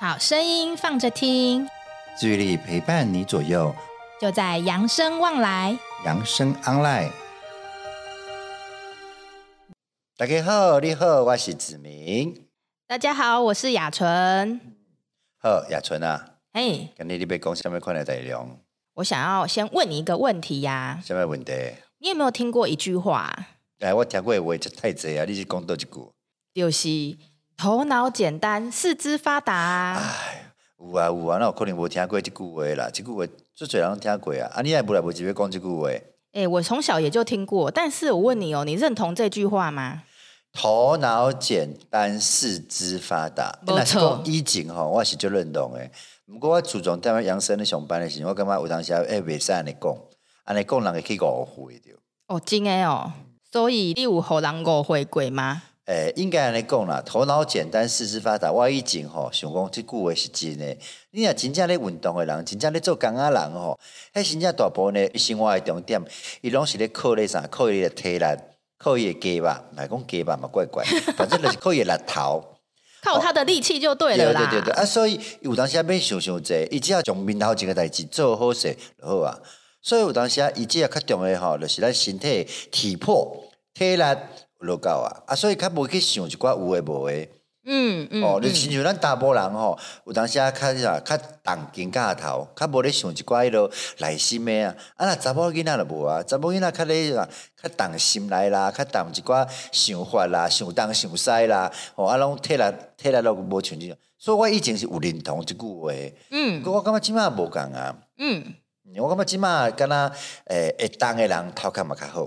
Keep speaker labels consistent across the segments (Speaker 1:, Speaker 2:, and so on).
Speaker 1: 好声音放着听，
Speaker 2: 治愈力陪伴你左右，
Speaker 1: 就在扬声望来。
Speaker 2: 养生 online。大家好，你好，我是子明。
Speaker 1: 大家好，我是雅纯。
Speaker 2: 好，雅纯啊，
Speaker 1: 嘿，
Speaker 2: 今日你要讲什么款的内容？
Speaker 1: 我想要先问你一个问题呀、
Speaker 2: 什么问题？
Speaker 1: 你有没有听过一句话？
Speaker 2: 哎，我听过的话真太济啊，你是讲多一句？
Speaker 1: 就是头脑简单，四肢发达啊。
Speaker 2: 有啊有啊，那有可能无听过这句话啦，这句话最侪人都听过啊。啊，你也无来无去要讲这句话，
Speaker 1: 哎、我从小也就听过，但是我问你哦，你认同这句话吗？
Speaker 2: 头脑简单，四肢发达。
Speaker 1: 没错
Speaker 2: 若是讲以前吼，我是就认同诶。毋过我自从踮咧养生咧上班诶时候，我感觉有当时诶袂使安尼讲，安尼讲人会去误会着。
Speaker 1: 哦，真的哦。所以你有互人误会过吗？
Speaker 2: 诶、应该安尼讲啦，头脑简单，四肢发达。我以前吼想讲即句话是真诶。你若真正咧运动诶人，真正咧做工啊人吼，迄真正大部分诶生活诶重点，伊拢是咧靠咧啥，靠伊诶体力，靠伊诶肌肉，来讲肌肉嘛怪怪，反正就是靠伊诶力头。
Speaker 1: 靠他的力气就哦对了
Speaker 2: 对
Speaker 1: 啦。
Speaker 2: 对对对，啊，所以有当时啊要想想者，伊只要从面头前个代志做好势就好啊。所以有当时啊，伊只要较重要的吼，就是咱身体的体魄、体力有落够啊。啊，所以较无去想一寡有诶无诶。
Speaker 1: 嗯嗯。
Speaker 2: 哦，
Speaker 1: 嗯
Speaker 2: 你亲像咱查甫人吼，有当时啊较啥较重肩胛头，较无咧想一寡迄落内心诶啊。啊，若查某囡仔就无啊，查某囡仔较咧啥较重心内啦，较重一寡想法啦，想东想西啦，吼啊，拢体力体力都无像即种。所以我以前是有认同即句话的，
Speaker 1: 嗯
Speaker 2: 不过我感觉即摆无共啊。
Speaker 1: 嗯，
Speaker 2: 我感觉即摆敢若诶会当诶人头壳嘛较好，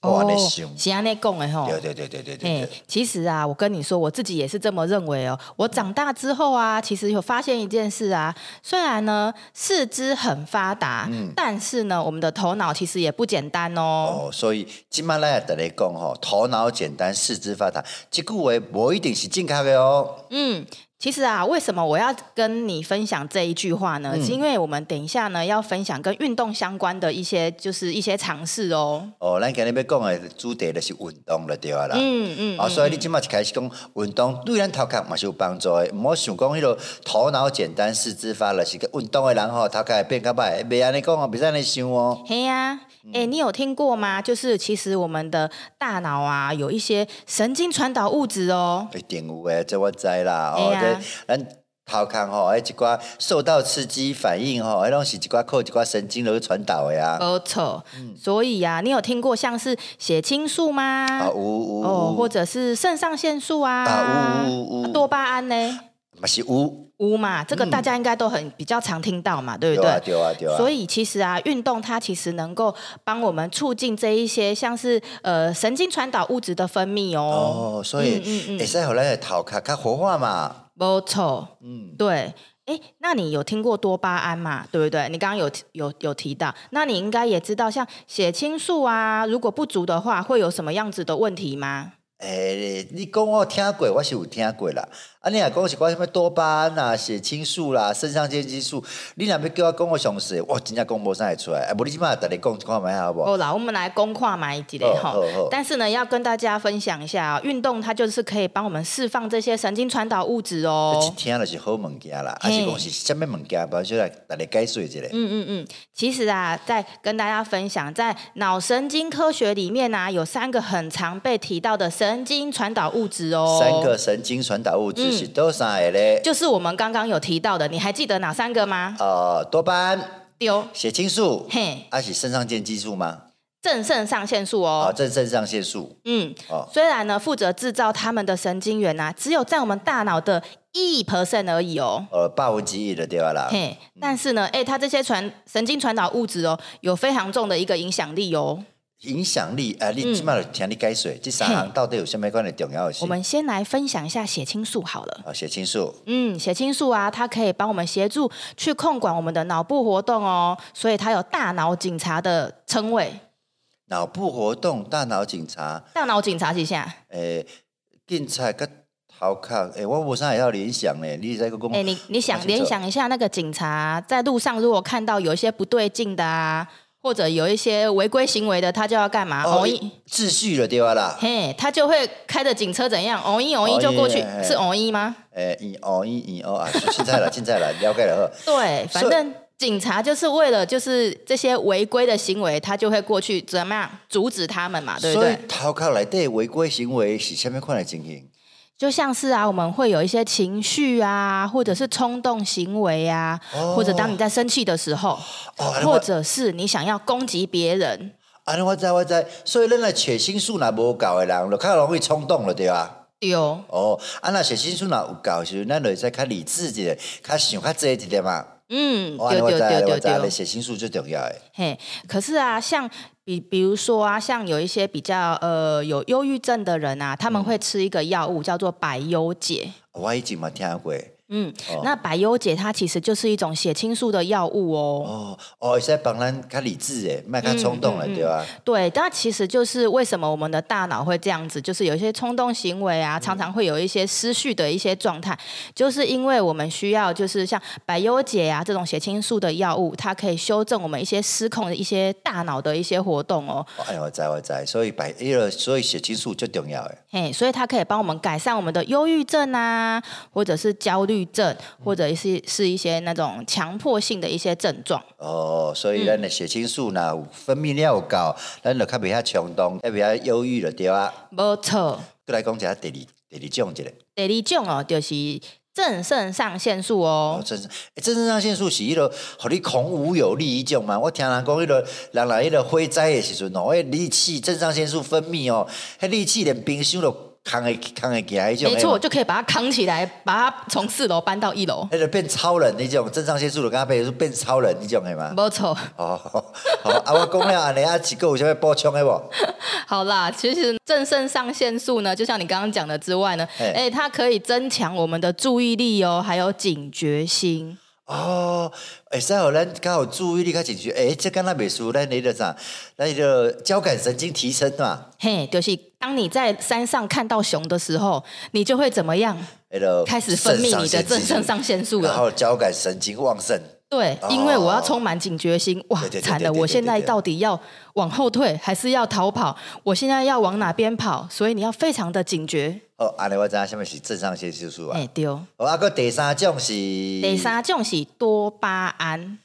Speaker 2: 我安尼想。
Speaker 1: 哦是安尼讲的吼。
Speaker 2: 对对对对对对
Speaker 1: 哎
Speaker 2: 对，，
Speaker 1: 其实啊，我跟你说，我自己也是这么认为哦。我长大之后啊，其实有发现一件事啊，虽然呢四肢很发达，但是呢，我们的头脑其实也不简单哦。
Speaker 2: 哦，所以即摆咱也逐个讲吼，头脑简单，四肢发达，即句话无一定是正确的哦。
Speaker 1: 嗯，其实啊，为什么我要跟你分享这一句话呢？是因为我们等一下呢要分享跟运动相关的一些，就是一些尝试哦。
Speaker 2: 哦，咱今日要讲的主题就是运动就对啊啦。
Speaker 1: 嗯嗯，
Speaker 2: 哦，所以你即摆一开始讲运动对咱头壳嘛是有帮助的，毋好想讲迄落头脑简单四肢发达是个运动的人吼，头壳会变较歹，袂安尼讲哦，袂使安尼想哦。
Speaker 1: 嘿呀、哎、你有听过吗？就是其实我们的大脑啊，有一些神经传导物质哦。
Speaker 2: 一定有诶，这我知啦。哦，
Speaker 1: 哎呀
Speaker 2: 这咱头壳吼，迄一寡受到刺激反应吼，迄拢是一寡靠一寡神经落去传导诶啊。
Speaker 1: 没错，所以呀、啊，你有听过像是血清素吗？
Speaker 2: 啊，有有
Speaker 1: 哦，或
Speaker 2: 有，
Speaker 1: 者是肾上腺素啊，
Speaker 2: 啊有有有
Speaker 1: 多巴胺呢？
Speaker 2: 嘛是有，
Speaker 1: 乌嘛，这个大家应该都很比较常听到嘛，对不
Speaker 2: 对
Speaker 1: 对？
Speaker 2: 嗯啊对啊对啊。
Speaker 1: 所以其实啊，运动它其实能够帮我们促进这一些像是呃神经传导物质的分泌哦。
Speaker 2: 哦，所以
Speaker 1: 嗯嗯嗯
Speaker 2: 会使互咱诶头壳较活化嘛。
Speaker 1: 没错，
Speaker 2: 嗯，
Speaker 1: 对，哎，那你有听过多巴胺嘛？对不对？你刚刚有提有有提到，那你应该也知道，像血清素啊，如果不足的话，会有什么样子的问题吗？
Speaker 2: 诶、你讲我听过，我是有听过啦。啊，你若讲是讲什么多巴胺啦、血清素啦、肾上腺激素，你若要叫我讲个详细，我真正讲无啥会出来。啊，无你即摆逐日讲看卖好无？
Speaker 1: 哦啦，我们来公跨买几类哈
Speaker 2: 好好好，
Speaker 1: 但是呢，要跟大家分享一下、哦，运动它就是可以帮我们释放这些神经传导物质
Speaker 2: 一
Speaker 1: 哦。
Speaker 2: 听就是好物件啦，还
Speaker 1: 嘿
Speaker 2: 是讲是什么物件，不然就来大家解说一下。
Speaker 1: 嗯嗯嗯，其实啊，在跟大家分享，在脑神经科学里面呢、啊，有三个很常被提到的神经传导物质哦。
Speaker 2: 三个神经传导物质是多三个咧？
Speaker 1: 嗯就是我们刚刚有提到的，你还记得哪三个吗？
Speaker 2: 呃，多巴胺、
Speaker 1: 丢，
Speaker 2: 血清素，啊
Speaker 1: 嘿，
Speaker 2: 还是肾上腺激素吗？
Speaker 1: 正肾上腺素
Speaker 2: 啊，
Speaker 1: 哦。
Speaker 2: 正肾上腺素。
Speaker 1: 嗯，
Speaker 2: 哦，
Speaker 1: 虽然呢，负责制造它们的神经元啊，只有占我们大脑的一 percent 而已哦。
Speaker 2: 呃，百分之一的对吧啦？
Speaker 1: 嘿，但是呢，哎、它这些传神经传导物质哦，有非常重的一个影响力哦。
Speaker 2: 影响力啊，你即码就听你解说，这三项到底有什么款的重要
Speaker 1: 嗯我
Speaker 2: 性？
Speaker 1: 们先来分享一下血清素好了。
Speaker 2: 啊，血清素。
Speaker 1: 嗯，血清素啊，它可以帮我们协助去控管我们的脑部活动哦，所以它有大脑警察的称谓。
Speaker 2: 脑部活动、大脑警察，
Speaker 1: 大脑警察是啥？
Speaker 2: 诶，警察甲头壳，诶，我无啥会晓联想咧，你再个讲
Speaker 1: 哎、，你你想
Speaker 2: 我先
Speaker 1: 联
Speaker 2: 哦走
Speaker 1: 想一下，那个警察在路上如果看到有一些不对劲的啊，或者有一些违规行为的，他就要干嘛？
Speaker 2: 哦
Speaker 1: 偶一，，
Speaker 2: 秩序了对吧啦？
Speaker 1: 嘿，他就会开着警车怎样？偶一偶一就过去
Speaker 2: 哦耶，
Speaker 1: 是偶一吗？
Speaker 2: 诶，因哦因因 哦啊，凊彩啦，凊彩啦，了解了呵。
Speaker 1: 对，反
Speaker 2: 所以
Speaker 1: 正警察就是为了就是这些违规的行为，他就会过去怎么样阻止他们嘛，对不
Speaker 2: 所以
Speaker 1: 对？
Speaker 2: 头壳内底违规行为是虾米款的情形？
Speaker 1: 就像是啊，我们会有一些情绪啊，或者是冲动行为啊，
Speaker 2: 哦
Speaker 1: 或者当你在生气的时候，
Speaker 2: 哦安尼
Speaker 1: 或
Speaker 2: 我
Speaker 1: 者是你想要攻击别人，
Speaker 2: 安尼啊我知我知，所以咱来找心数若无够的人，就较容易冲动了对啊吧？
Speaker 1: 丢。
Speaker 2: 哦，啊，若写信数若有够的时阵，咱就会使较理智一点，较想较济一点嘛。
Speaker 1: 嗯，
Speaker 2: 哦安尼
Speaker 1: 丢
Speaker 2: 我
Speaker 1: 丢
Speaker 2: 知了，
Speaker 1: 丢
Speaker 2: 我
Speaker 1: 丢
Speaker 2: 知了，
Speaker 1: 丢，
Speaker 2: 写信数最重要诶。
Speaker 1: 嘿，可是啊，像比比如说啊，像有一些比较呃有忧郁症的人啊，他们
Speaker 2: 嗯
Speaker 1: 会吃一个药物叫做百忧解。
Speaker 2: 我以前嘛听过，
Speaker 1: 嗯，
Speaker 2: 哦
Speaker 1: 那百忧解它其实就是一种血清素的药物哦。
Speaker 2: 哦哦，会使帮咱较理智诶，莫较冲动了，对啊吧？
Speaker 1: 对，那其实就是为什么我们的大脑会这样子，就是有一些冲动行为啊，
Speaker 2: 嗯
Speaker 1: 常常会有一些失序的一些状态，就是因为我们需要就是像百忧解啊这种血清素的药物，它可以修正我们一些失控的一些大脑的一些活动哦。
Speaker 2: 哦哎，我知我知，所以百迄个，所以写清楚最重要诶。
Speaker 1: 嘿，所以它可以帮我们改善我们的忧郁症啊，或者是焦虑症，或
Speaker 2: 嗯
Speaker 1: 者是是一些那种强迫性的一些症状。
Speaker 2: 哦，所以咱的血清素呐，有分泌量有够，咱就较袂遐冲动，较袂遐忧郁了，对啊。
Speaker 1: 没错，
Speaker 2: 再来讲一下第二第二种一个，
Speaker 1: 第二种哦，就是正肾上腺素
Speaker 2: 哦，
Speaker 1: 哦。
Speaker 2: 真是，欸真正上腺素是迄、落，互你孔武有力迄种嘛。我听人讲迄、落，人来迄落火灾的时阵哦，迄力气正上腺素分泌哦，迄力气连冰箱都扛会扛会行迄种。
Speaker 1: 没错，，就可以把它扛起来，把它从四楼搬到一楼。
Speaker 2: 迄落变超人迄种，正上腺素就敢变变超人迄种的嘛。
Speaker 1: 没错，
Speaker 2: 哦， 好啊，我讲了安尼啊，一个有啥物补充的无？
Speaker 1: 好啦，其实正肾上腺素呢，就像你刚刚讲的之外呢，
Speaker 2: 嘿
Speaker 1: 哎、它可以增强我们的注意力哦，还有警觉心。
Speaker 2: 哦，会使互咱较有注意力较进去，诶、这敢若袂输咱迄个啥，咱迄个交感神经提升嘛，
Speaker 1: 嘿，就是当你在山上看到熊的时候，你就会怎么样？
Speaker 2: 迄个
Speaker 1: 开始分泌你的正肾上腺素
Speaker 2: 然
Speaker 1: 了。
Speaker 2: 后交感神经旺盛。
Speaker 1: 对
Speaker 2: 哦，
Speaker 1: 因为我要充满警觉心。哇
Speaker 2: 对对，对
Speaker 1: 惨
Speaker 2: 对
Speaker 1: 了！
Speaker 2: 对
Speaker 1: 我
Speaker 2: 对
Speaker 1: 现
Speaker 2: 对
Speaker 1: 在
Speaker 2: 对
Speaker 1: 到底要往后退，还是要逃跑？我现在要往哪边跑？所以你要非常的警觉。
Speaker 2: 哦，安尼我知影什么是正上腺素啊。
Speaker 1: 哎，丢。
Speaker 2: 哦，啊，个第三种是
Speaker 1: 第三种是多巴胺，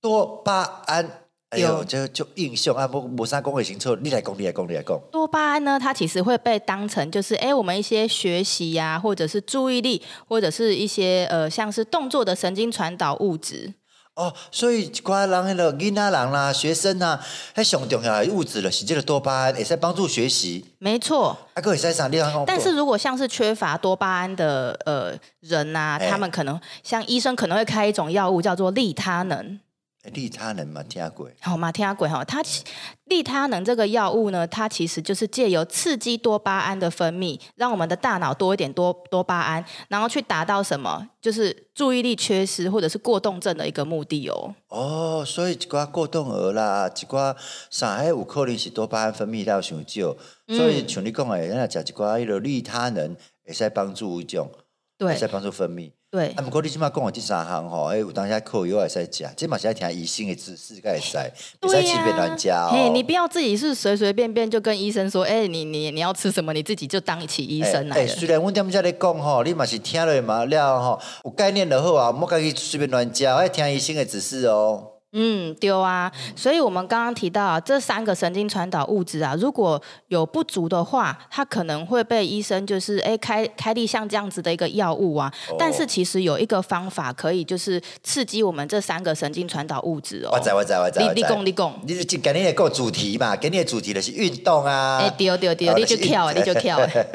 Speaker 2: 多巴胺。哎呦，
Speaker 1: 对
Speaker 2: 这就印象啊，无无啥讲会清楚，你来讲，你来讲，你来讲。
Speaker 1: 多巴胺呢，它其实会被当成就是哎，我们一些学习呀、或者是注意力，或者是一些呃，像是动作的神经传导物质。
Speaker 2: 哦，所以一寡人迄个囡仔人啦、学生啊，迄上重要的物质就是这个多巴胺，会使帮助学习，
Speaker 1: 没错，
Speaker 2: 啊，个会使啥？你通讲。
Speaker 1: 但是如果像是缺乏多巴胺的呃人呐、
Speaker 2: 哎
Speaker 1: 他们可能像医生可能会开一种药物叫做利他能，
Speaker 2: 哎利他人嘛，听过。
Speaker 1: 好吗？听下鬼哈，它其利他能这个药物呢，它其实就是借由刺激多巴胺的分泌，让我们的大脑多一点多多巴胺，然后去达到什么，就是注意力缺失或者是过动症的一个目的哦。
Speaker 2: 哦，所以一寡过动儿啦，一寡啥迄有可能是多巴胺分泌到伤少，所
Speaker 1: 嗯
Speaker 2: 以像你讲的，咱若食一寡迄个利他人，会使帮助迄种，会
Speaker 1: 对
Speaker 2: 使帮助分泌。
Speaker 1: 对
Speaker 2: 啊，毋过你即摆讲的即三项吼，哎，有当下靠药会使食，即嘛是爱听医生的指示，才会使，会
Speaker 1: 对啊
Speaker 2: 使随便乱食哦。
Speaker 1: 嘿，你不要自己是随随便便就跟医生说，哎、你你你要吃什么，你自己就当起医生来
Speaker 2: 哎哎
Speaker 1: 了。
Speaker 2: 虽然阮踮遮咧讲吼，你嘛是听落嘛了吼，有概念就好啊，莫家己随便乱食，爱听医生的指示哦。
Speaker 1: 嗯，丢啊！所以我们刚刚提到啊，这三个神经传导物质啊，如果有不足的话，它可能会被医生就是哎开开立像这样子的一个药物啊。
Speaker 2: 哦
Speaker 1: 但是其实有一个方法可以就是刺激我们这三个神经传导物质哦。
Speaker 2: 我知我知我知
Speaker 1: 你
Speaker 2: 我
Speaker 1: 你
Speaker 2: 知
Speaker 1: 讲你讲，
Speaker 2: 你就今今日个主题嘛，今日的主题就是运动啊。
Speaker 1: 哎丢丢丢，
Speaker 2: 哦
Speaker 1: 你
Speaker 2: 就是
Speaker 1: 就跳你就跳哎。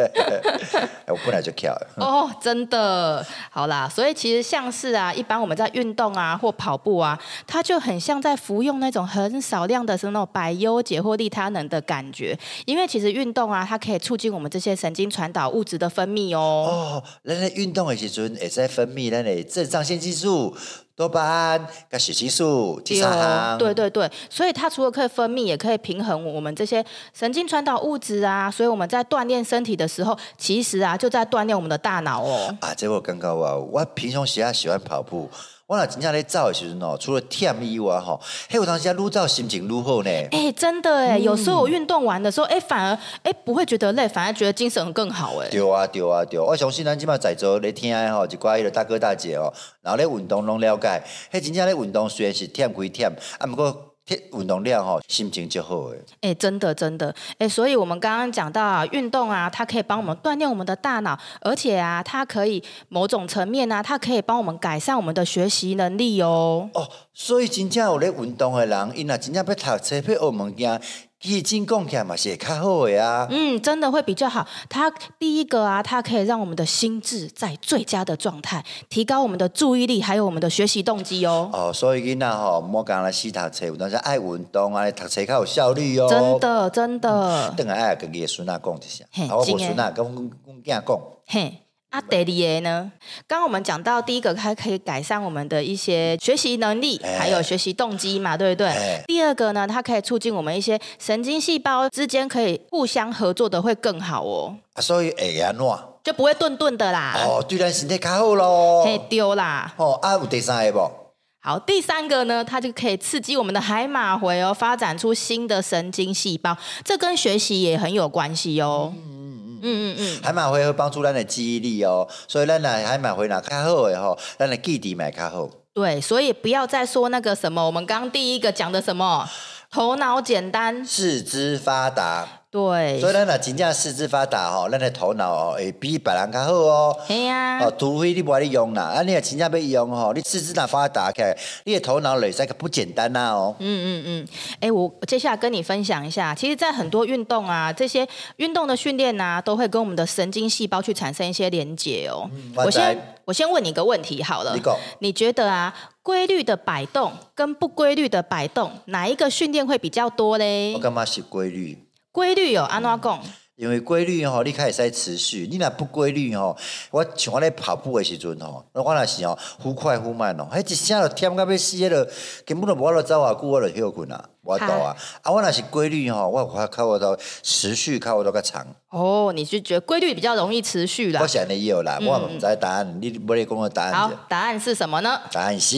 Speaker 2: 哎我本来就跳的。
Speaker 1: 哦，真的，好啦，所以其实像是啊，一般我们在运动啊或跑步啊，它就很像在服用那种很少量的是那种百优解或利他能的感觉，因为其实运动啊，它可以促进我们这些神经传导物质的分泌哦。
Speaker 2: 哦，咱咧运动的时阵会使分泌咱的正上腺激素、多巴胺、甲血清素这三项，
Speaker 1: 对对对，所以它除了可以分泌，也可以平衡我们这些神经传导物质啊。所以我们在锻炼身体的时候，其实啊就在锻炼我们的大脑哦。
Speaker 2: 啊，这我感觉啊，我平常时啊喜欢跑步，我若真正咧走的时阵哦，除了忝以外吼，迄有当时啊愈走心情愈好呢。
Speaker 1: 哎、真的
Speaker 2: 嗯
Speaker 1: 哎，有时候我运动完的时候，哎、反而哎不会觉得累，反而觉得精神更好哎。
Speaker 2: 对啊，对啊，对啊！我相信咱即马在座咧听的吼，一寡迄个大哥大姐哦，然后咧运动拢了解，迄真正咧运动虽然是忝归忝，啊，毋过踢运动了吼，心情就好诶。
Speaker 1: 哎、真的真的，哎、所以我们刚刚讲到啊，运动啊，它可以帮我们锻炼我们的大脑，而且啊，它可以某种层面啊，它可以帮我们改善我们的学习能力哦。
Speaker 2: 哦，所以真正有咧运动的人，因若真正要读册要学物件，其实真讲起来嘛是会较好的啊。
Speaker 1: 嗯，真的会比较好。它第一个啊，它可以让我们的心智在最佳的状态，提高我们的注意力，还有我们的学习动机哦。
Speaker 2: 哦，所以囡仔吼，莫干来死读册，有当时爱运动啊，读册较有效率哦。
Speaker 1: 真，的，真的，
Speaker 2: 等下爱甲己的孙仔讲一声
Speaker 1: 嘿，
Speaker 2: 啊，我
Speaker 1: 真
Speaker 2: 无
Speaker 1: 的
Speaker 2: 孙仔，跟阮阮囝讲。
Speaker 1: 嘿。啊，第二个呢？刚刚我们讲到第一个，它可以改善我们的一些学习能力，
Speaker 2: 哎
Speaker 1: 还有学习动机嘛，对不对
Speaker 2: 哎？
Speaker 1: 第二个呢，它可以促进我们一些神经细胞之间可以互相合作的会更好哦，
Speaker 2: 啊，所以会安怎？哦，
Speaker 1: 就不会顿顿的啦，
Speaker 2: 对咱身体较好咯。
Speaker 1: 啊嘿丢啦。
Speaker 2: 哦，啊，有第三个无？
Speaker 1: 好，第三个呢，它就可以刺激我们的海马回哦，发展出新的神经细胞，这跟学习也很有关系哦。嗯嗯嗯，
Speaker 2: 海马回会帮助咱的记忆力哦，所以咱若海马回若较好诶吼，咱的记忆力嘛会较好。
Speaker 1: 对，所以不要再说那个什么，我们刚刚第一个讲的什么头脑简单，
Speaker 2: 四肢发达，
Speaker 1: 对
Speaker 2: 所，以咱若真正四肢发达吼，咱的头脑哦会比别人较好哦。
Speaker 1: 哎呀、
Speaker 2: 哦，除非你无爱你用啦，啊，你若真正要用吼，你四肢若发达起来，你的头脑就会使较不简单啦哦。
Speaker 1: 嗯嗯嗯，哎、我接下来跟你分享一下，其实，在很多运动啊，这些运动的训练啊，都会跟我们的神经细胞去产生一些连接哦。
Speaker 2: 我
Speaker 1: 我
Speaker 2: 知
Speaker 1: 先我先问你一个问题好了
Speaker 2: 嗯你，讲
Speaker 1: 你觉得啊，规律的摆动跟不规律的摆动，哪一个训练会比较多嘞
Speaker 2: 我？感觉是规律。
Speaker 1: 规律有安怎讲？
Speaker 2: 因为规律吼，你开始持续，你若不规律吼，我像我咧跑步的时阵吼，我若是吼忽快忽慢哦，迄一声就忝到要死，迄落根本就无法度走偌久，我就休困啊，无法度啊。啊，我若是规律吼，我有法靠我到持续靠我到较长，
Speaker 1: 哦，你是觉得规律比较容易持续啦
Speaker 2: 我？是安尼有啦，我也毋知答案，你无咧讲个答案
Speaker 1: 好
Speaker 2: 是，
Speaker 1: 答案是什么呢？
Speaker 2: 答案是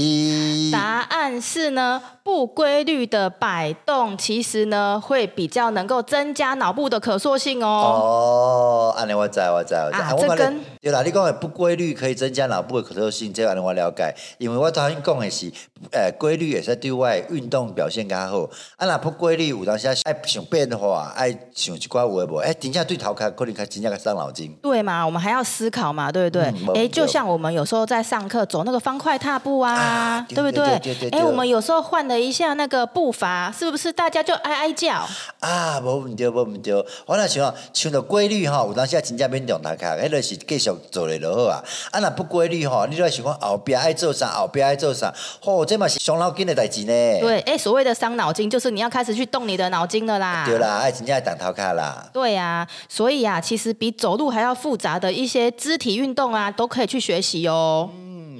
Speaker 1: 答案是呢，不规律的摆动，其实呢会比较能够增加脑部的可塑性哦。
Speaker 2: 哦，安尼我知我知我知，
Speaker 1: 啊
Speaker 2: 我
Speaker 1: 这
Speaker 2: 嘛咧
Speaker 1: 跟
Speaker 2: 对啦，你讲的不规律可以增加脑部的可塑性，这安尼我了解，因为我头先讲的是，呃，规律也是对外运动表现较好，啊，若不规律有当时爱想变化，爱想一寡有诶无，哎、真正对头壳可能较真正较伤脑筋。
Speaker 1: 对嘛，我们还要思考嘛，对不对？
Speaker 2: 嗯
Speaker 1: 哎、
Speaker 2: 没
Speaker 1: 就
Speaker 2: 错
Speaker 1: 像我们有时候在上课走那个方块踏步啊，
Speaker 2: 啊对
Speaker 1: 对不
Speaker 2: 对对对对
Speaker 1: 哎、我们有时候换了一下那个步伐，是不是大家就哀哀叫？
Speaker 2: 啊，无毋对，无毋对。我若想啊，像着规律吼，有当时啊真正免动头壳，迄著是继续做咧就好啊。啊，若不规律吼，你著想讲后壁爱做啥，后壁爱做啥，吼、这嘛是伤脑筋的代志呢。
Speaker 1: 对，哎、所谓的伤脑筋，就是你要开始去动你的脑筋了啦。
Speaker 2: 对啦，爱真正爱动头壳啦。
Speaker 1: 对呀、所以啊，其实比走路还要复杂的一些肢体运动啊，都可以去学习哦。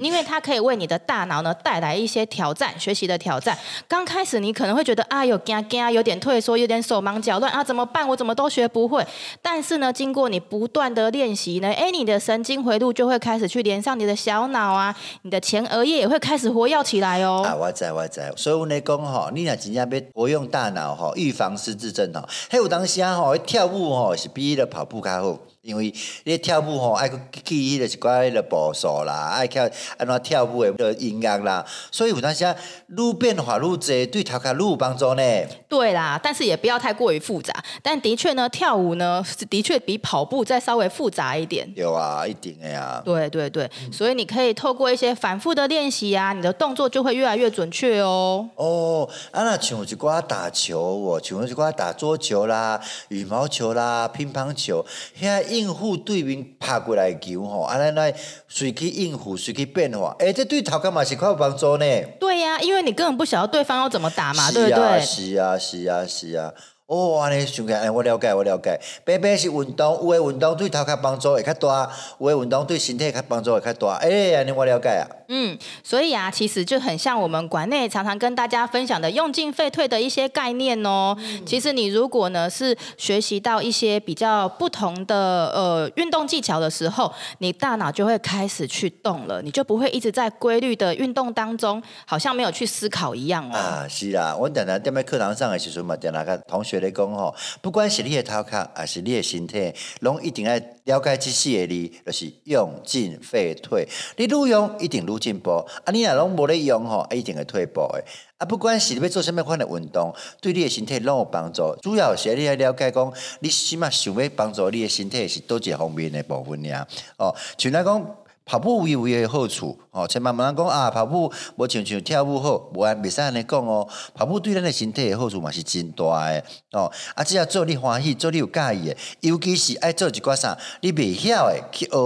Speaker 1: 因为它可以为你的大脑呢带来一些挑战，学习的挑战。刚开始你可能会觉得啊，有嘎嘎，有点退缩，有点手忙脚乱啊，怎么办？我怎么都学不会。但是呢，经过你不断的练习呢，哎，你的神经回路就会开始去连上你的小脑啊，你的前额叶也会开始活跃起来哦。
Speaker 2: 啊，我知我知，所以阮咧讲吼，你若真正要活用大脑吼，预防失智症吼，迄有当时啊吼，跳舞吼是比迄个跑步较好，因为你跳舞吼爱去记迄个一寡迄个步数啦，爱跳安怎跳舞的迄个音乐啦，所以有当时啊，愈变化愈侪，对头壳愈有帮助呢。
Speaker 1: 对啦，但是也不要太过于复杂。但的确呢，跳舞呢是的确比跑步再稍微复杂一点。
Speaker 2: 有啊，一定的啊。
Speaker 1: 对对对，所以你可以透过一些反复的练习啊，你的动作就会越来越准确哦。
Speaker 2: 哦，啊若像有一寡打球哦，像有一寡打桌球啦、羽毛球啦、乒乓球，遐应付对面拍过来的球吼，啊咱来随去应付，随去变化，诶、这对头壳嘛是较有帮助呢。
Speaker 1: 对呀、因为你根本不晓得对方要怎么打嘛，
Speaker 2: 是
Speaker 1: 对不
Speaker 2: 啊，
Speaker 1: 对？
Speaker 2: 是啊，是啊，是啊。哦，安尼想起来，安尼我了解，我了解。爬爬是运动，有诶运动对头壳帮助会较大，有诶运动对身体较帮助会较大。诶、安尼我了解啊。
Speaker 1: 嗯，所以啊，其实就很像我们馆内常常跟大家分享的用进废退的一些概念哦。其实你如果呢是学习到一些比较不同的呃运动技巧的时候，你大脑就会开始去动了，你就不会一直在规律的运动当中，好像没有去思考一样哦。
Speaker 2: 啊，是啦，阮定定踮咧课堂上诶时阵嘛，定定甲同学咧讲吼，不管是你诶头壳，还是你诶身体，拢一定要了解即四个字，就是用进废退。你愈用一定愈进步，啊，你若拢无咧用吼，啊一定会退步诶。啊，不管是你要做啥物款诶运动，对你诶身体拢有帮助。主要是你要了解讲，你起码想要帮助你诶身体是倒一方面诶部分尔。哦，像咱讲。跑步有伊诶好处，吼、千万毋通讲啊，跑步无亲像跳舞好，无安袂使安尼讲哦。跑步对咱诶身体诶好处嘛是真大诶，哦，啊，只要做你欢喜，做你有介意诶，尤其是爱做一寡啥，你袂晓诶去学，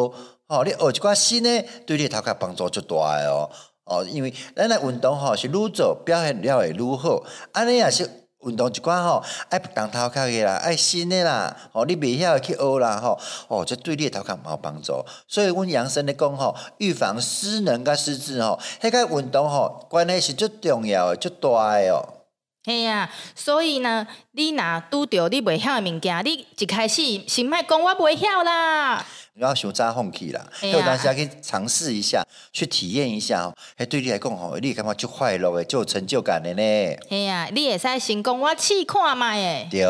Speaker 2: 吼、你学一寡新诶，对你诶头壳帮助足大诶哦，哦，因为咱诶运动吼是愈做表现了会愈好，安尼也是。运动一寡吼，爱动头壳的啦，爱新的啦，吼、你袂晓的去学啦，吼、哦，这对你的头壳嘛有帮助。所以阮杨生咧讲吼，预防失能甲失智吼，迄个运动吼，关系是足重要的、足大诶哦。
Speaker 1: 嘿呀、所以呢，你若拄着你袂晓的物件，你一开始先莫讲我袂晓啦。
Speaker 2: 然后想早放弃啦，
Speaker 1: 哎
Speaker 2: 迄
Speaker 1: 呀
Speaker 2: 有当时去尝试一下，去体验一下，迄对你来讲吼，你会感觉足快乐诶，足有成就感的呢。
Speaker 1: 嘿呀、你会使先讲我试看卖诶。
Speaker 2: 对，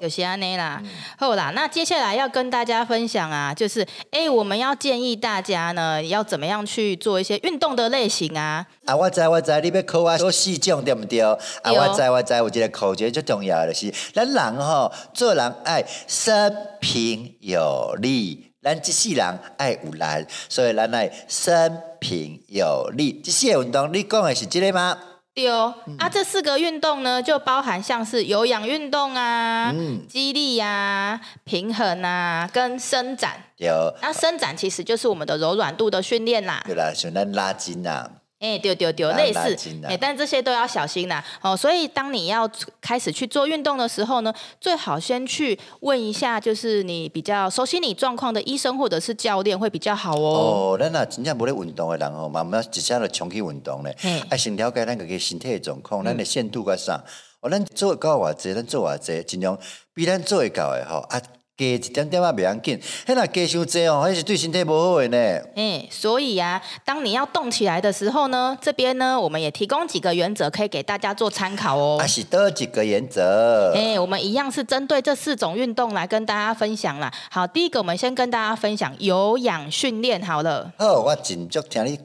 Speaker 1: 就是安尼啦，好啦，那接下来要跟大家分享啊，就是哎、我们要建议大家呢，要怎么样去做一些运动的类型啊？
Speaker 2: 啊，我知我知，你要考我做四种对毋对？啊，
Speaker 1: 对
Speaker 2: 我知我知，有一个口诀最重要的就是，咱人吼做人爱生平有力，咱即世人爱有力，所以咱爱生平有力。即四个运动，你讲的是即个吗？
Speaker 1: 对哦，啊，这四个运动呢，就包含像是有氧运动啊、肌力啊、平衡啊跟伸展。
Speaker 2: 对，
Speaker 1: 那伸展其实就是我们的柔软度的训练啦。
Speaker 2: 对啦，像咱拉筋啊。
Speaker 1: 哎、对对对，
Speaker 2: 拉
Speaker 1: 类
Speaker 2: 拉
Speaker 1: 似
Speaker 2: 筋，啊
Speaker 1: 哎、但这些都要小心啦。哦，所以当你要开始去做运动的时候呢，最好先去问一下，就是你比较熟悉你状况的医生或者是教练会比较好哦。
Speaker 2: 哦，咱若真正无咧运动诶人吼，嘛毋要一下就冲去运动咧
Speaker 1: 嘿，嗯
Speaker 2: 爱先了解咱家己身体诶状况，咱诶限度甲啥。哦，咱做会到偌济，咱做偌济，尽量比咱做会到诶吼，啊，加一点点啊袂要紧。迄若加伤济哦，迄是对身体无好诶呢。
Speaker 1: 哎、所以啊，当你要动起来的时候呢，这边呢，我们也提供几个原则可以给大家做参考哦。
Speaker 2: 啊，是倒一个原则。
Speaker 1: 哎、我们一样是针对这四种运动来跟大家分享啦。好，第一个我们先跟大家分享有氧训练好了。
Speaker 2: 好，我尽足听你讲。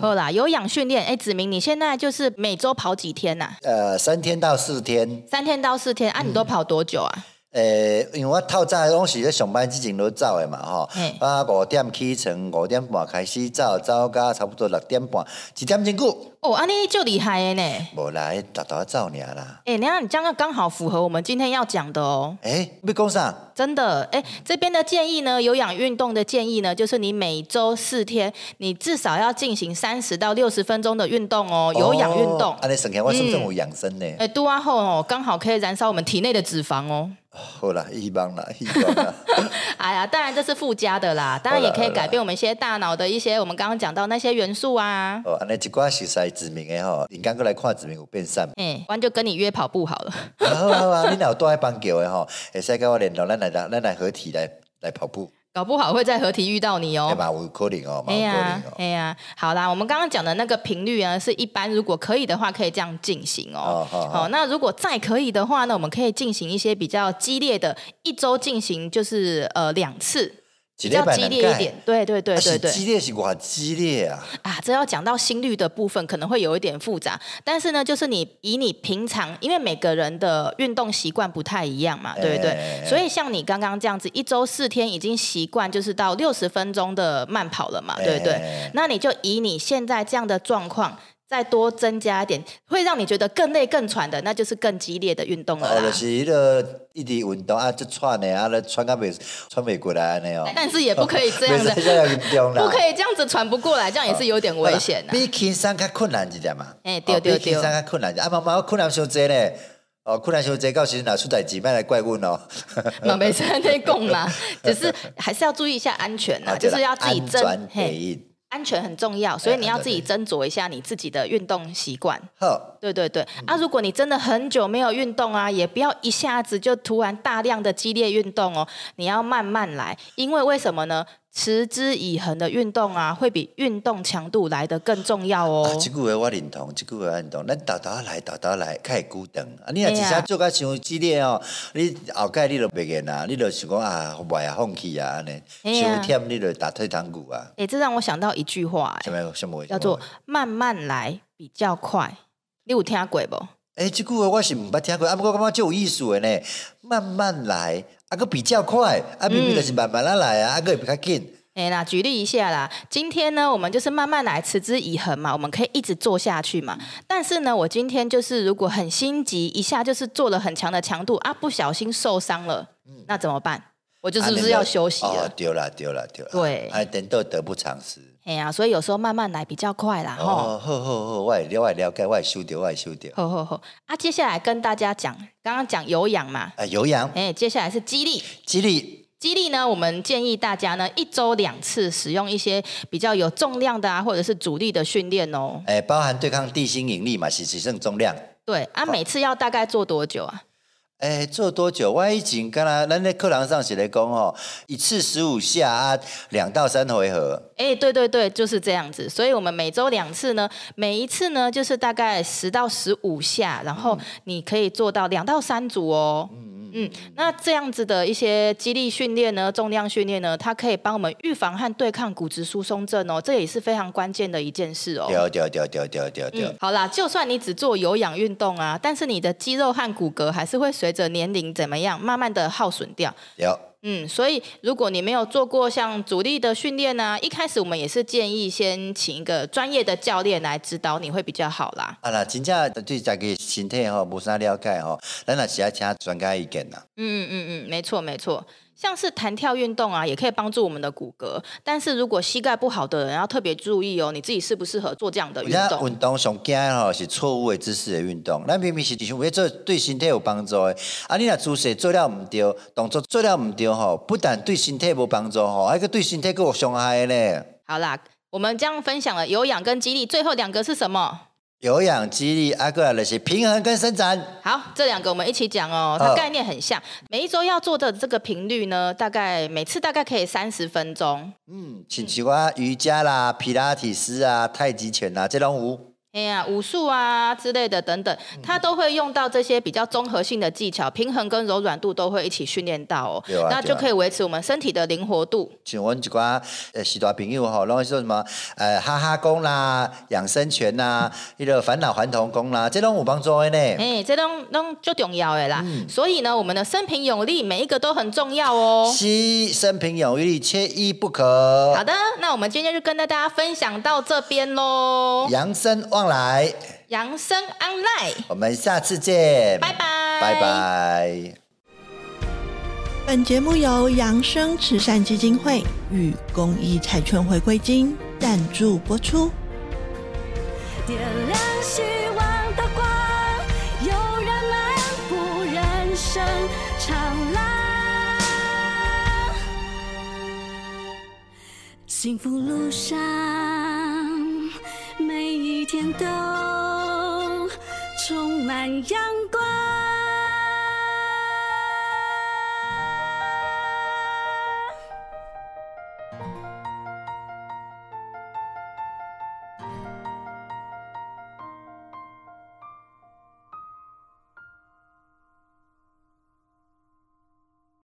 Speaker 1: 好啦，有氧训练，哎、子明，你现在就是每周跑几天呐、
Speaker 2: 呃，三天到四天，
Speaker 1: 三天到四天啊，你都跑多久啊？
Speaker 2: 诶、因为我透早拢是咧上班之前落走的嘛吼
Speaker 1: 嘿，
Speaker 2: 我五点起床，五点半开始走，走到差不多六点半，一点真久。
Speaker 1: 哦，安尼就厉害的呢。
Speaker 2: 无啦，迄达达走尔啦。
Speaker 1: 哎、你看你这样刚好符合我们今天要讲的哦，
Speaker 2: 诶、要讲啥？
Speaker 1: 真的。哎、这边的建议呢，有氧运动的建议呢，就是你每周四天，你至少要进行三十到六十分钟的运动哦，有氧运动
Speaker 2: 哦。安尼算起来，我算算有养生呢、
Speaker 1: 哎、度完后哦，刚好可以燃烧我们体内的脂肪哦。
Speaker 2: 好啦，希望啦， 希望啦。
Speaker 1: 哎呀，当然这是附加的啦，当然也可以改变我们一些大脑的一些我们刚刚讲到那些元素啊。
Speaker 2: 哦，安尼一寡熟悉知名的吼，你刚过来看知名有变瘦。
Speaker 1: 哎、不然就跟你约跑步好了。
Speaker 2: 好啊好啊，你若有住喺棒球的吼，会使甲我联络，咱来咱来合体来来跑步，
Speaker 1: 搞不好会在合体遇到你
Speaker 2: 对
Speaker 1: 哦。
Speaker 2: 嘛？有可能哦，嘛
Speaker 1: 哎
Speaker 2: 有可
Speaker 1: 呀
Speaker 2: 能，哦。
Speaker 1: 哎呀，好啦，我们刚刚讲的那个频率呢，是一般如果可以的话，可以这样进行哦。
Speaker 2: 哦好好
Speaker 1: 那如果再可以的话呢，我们可以进行一些比较激烈的，一周进行就是呃两次，比
Speaker 2: 一礼
Speaker 1: 较
Speaker 2: 拜
Speaker 1: 激
Speaker 2: 两
Speaker 1: 烈一
Speaker 2: 次
Speaker 1: 点。对对对
Speaker 2: 啊
Speaker 1: 对
Speaker 2: 是
Speaker 1: 对。
Speaker 2: 激烈是偌激烈啊！
Speaker 1: 啊，这要讲到心率的部分，可能会有一点复杂。但是呢，就是你以你平常，因为每个人的运动习惯不太一样嘛，对不对？
Speaker 2: 哎
Speaker 1: 所以像你刚刚这样子，一周四天已经习惯就是到六十分钟的慢跑了嘛，对不对？
Speaker 2: 哎
Speaker 1: 那你就以你现在这样的状况。再多增加一点，会让你觉得更累、更喘的，那就是更激烈的运动了
Speaker 2: 哦，
Speaker 1: 啦。
Speaker 2: 就是迄个一直运动啊，即喘的啊，咧喘到袂喘袂过来安尼哦。
Speaker 1: 但是也不可以这样 的
Speaker 2: 袂使，这样严重啦。
Speaker 1: 不可以这样子喘不过来，这样也是有点危险、啊。
Speaker 2: 比轻松较困难一点嘛。
Speaker 1: 哎对
Speaker 2: 哦
Speaker 1: 对
Speaker 2: 比轻松较困难一点。啊，妈妈，我困难伤济咧。哦，困难小姐到时阵若出代志，莫来怪阮哦。
Speaker 1: 嘛没在内供啦，只是还是要注意一下安全啦，
Speaker 2: 啊
Speaker 1: 就
Speaker 2: 对啦
Speaker 1: 是要自己
Speaker 2: 安
Speaker 1: 斟
Speaker 2: 全
Speaker 1: 嘿，
Speaker 2: 第一。
Speaker 1: 安全很重要，所以你要自己
Speaker 2: 对
Speaker 1: 斟酌一下你自己的运动习惯。
Speaker 2: 好，
Speaker 1: 对对对，
Speaker 2: 嗯
Speaker 1: 啊，如果你真的很久没有运动啊，也不要一下子就突然大量的激烈运动哦，你要慢慢来，因为为什么呢？持之以恒的运动啊，会比运动强度来得更重要哦。
Speaker 2: 啊，即句话我认同，即句话我认同。咱豆豆来，豆豆来，较会久长。啊，你若
Speaker 1: 嘿
Speaker 2: 一
Speaker 1: 啊
Speaker 2: 下做甲伤激烈哦，你后盖你就袂瘾啊，你就想讲啊，袂啊，放弃啊，安尼，
Speaker 1: 嘿啊
Speaker 2: 伤忝你就打退堂鼓啊。
Speaker 1: 诶，这让我想到一句话、
Speaker 2: 什
Speaker 1: 诶，
Speaker 2: 么什么话？
Speaker 1: 叫做“慢慢来，比较快”。你有听过不？
Speaker 2: 诶，即哎句话我是毋捌听过，啊，不过我感觉足有意思的呢。慢慢来，啊，佫比较快，啊，明明就是慢慢啊来
Speaker 1: 嗯
Speaker 2: 啊，啊，佫会比较紧。
Speaker 1: 哎啦，举例一下啦。今天呢，我们就是慢慢来，持之以恒嘛，我们可以一直做下去嘛。
Speaker 2: 嗯
Speaker 1: 但是呢，我今天就是如果很心急，一下就是做了很强的强度啊，不小心受伤了，
Speaker 2: 嗯
Speaker 1: 那怎么办？我就是不是要休息
Speaker 2: 啊哦
Speaker 1: 了？，
Speaker 2: 对啦，对啦，对啦。
Speaker 1: 对
Speaker 2: 啊，等到得不偿失。
Speaker 1: 哎呀、所以有时候慢慢来比较快啦。吼、
Speaker 2: 哦，好好好，我会了，我会了解，我会收着，我会收着。
Speaker 1: 吼吼吼！啊，接下来跟大家讲，刚刚讲有氧嘛，
Speaker 2: 啊，有氧，
Speaker 1: 哎，接下来是肌力。
Speaker 2: 激励，
Speaker 1: 肌力呢，我们建议大家呢一周两次使用一些比较有重量的啊，或者是阻力的训练哦。
Speaker 2: 诶、哎包含对抗地心引力嘛，是只剩重量。
Speaker 1: 对啊，每次要大概做多久啊？
Speaker 2: 诶、哎做多久？我以前敢若咱咧课堂上是咧讲吼，一次十五下啊，两到三回合。
Speaker 1: 哎、对对对，就是这样子。所以我们每周两次呢，每一次呢就是大概十到十五下，然后你可以做到两到三组哦。嗯嗯那这样子的一些肌力训练呢，重量训练呢，它可以帮我们预防和对抗骨质疏松症哦，这也是非常关键的一件事哦。
Speaker 2: 对对对对对对对。
Speaker 1: 嗯，好啦，就算你只做有氧运动啊，但是你的肌肉和骨骼还是会随着年龄怎么样，慢慢的耗损掉。
Speaker 2: 对
Speaker 1: 嗯，所以如果你没有做过像阻力的训练啊，一开始我们也是建议先请一个专业的教练来指导你会比较好啦。
Speaker 2: 啊啦，真正对家己身体吼无啥了解吼，咱也是要请专家意见啦。
Speaker 1: 嗯嗯嗯，没错没错。像是弹跳运动啊，也可以帮助我们的骨骼，但是如果膝盖不好的人要特别注意哦，你自己适不适合做这样的
Speaker 2: 有
Speaker 1: 运
Speaker 2: 些
Speaker 1: 动？
Speaker 2: 运动上惊的吼是错误的姿势的运动，咱明明是想要做对身体有帮助的，啊你若姿势做了毋对，动作做了毋对吼，不但对身体无帮助吼，还个对身体佫有伤害的呢。
Speaker 1: 好啦，我们这样分享了有氧跟肌力，最后两个是什么？
Speaker 2: 有氧肌力，啊，过来就是平衡跟伸展。
Speaker 1: 好，这两个我们一起讲哦，它
Speaker 2: 好
Speaker 1: 概念很像。每一周要做的这个频率呢，大概每次大概可以三十分钟。
Speaker 2: 嗯，亲像啊瑜伽啦、皮拉提斯啊、太极拳啦，这拢有。
Speaker 1: 哎呀，武术啊之类的等等，
Speaker 2: 嗯
Speaker 1: 它都会用到这些比较综合性的技巧，平衡跟柔软度都会一起训练到哦
Speaker 2: 对啊，
Speaker 1: 那
Speaker 2: 对
Speaker 1: 就
Speaker 2: 啊
Speaker 1: 可以维持我们身体的灵活度。
Speaker 2: 像阮一寡呃许大朋友吼，拢会说什么呃哈哈功啦、养生拳啦、迄个返老还童功啦，这拢有帮助的呢。
Speaker 1: 哎、这种弄就重要的啦。
Speaker 2: 嗯
Speaker 1: 所以呢，我们的生平永立每一个都很重要哦。
Speaker 2: 是啊生平有余力，缺一不可
Speaker 1: 好。的，那我们今天就跟大家分享到这边喽。
Speaker 2: 养生望来，
Speaker 1: 养生 online，
Speaker 2: 我们下次见，
Speaker 1: 拜拜，
Speaker 2: 拜拜。
Speaker 3: 本节目由扬生慈善基金会与公益彩券回归金赞助播出。
Speaker 4: 点亮希望的光，有人漫步人生长廊，幸福路上每一天都充满阳光。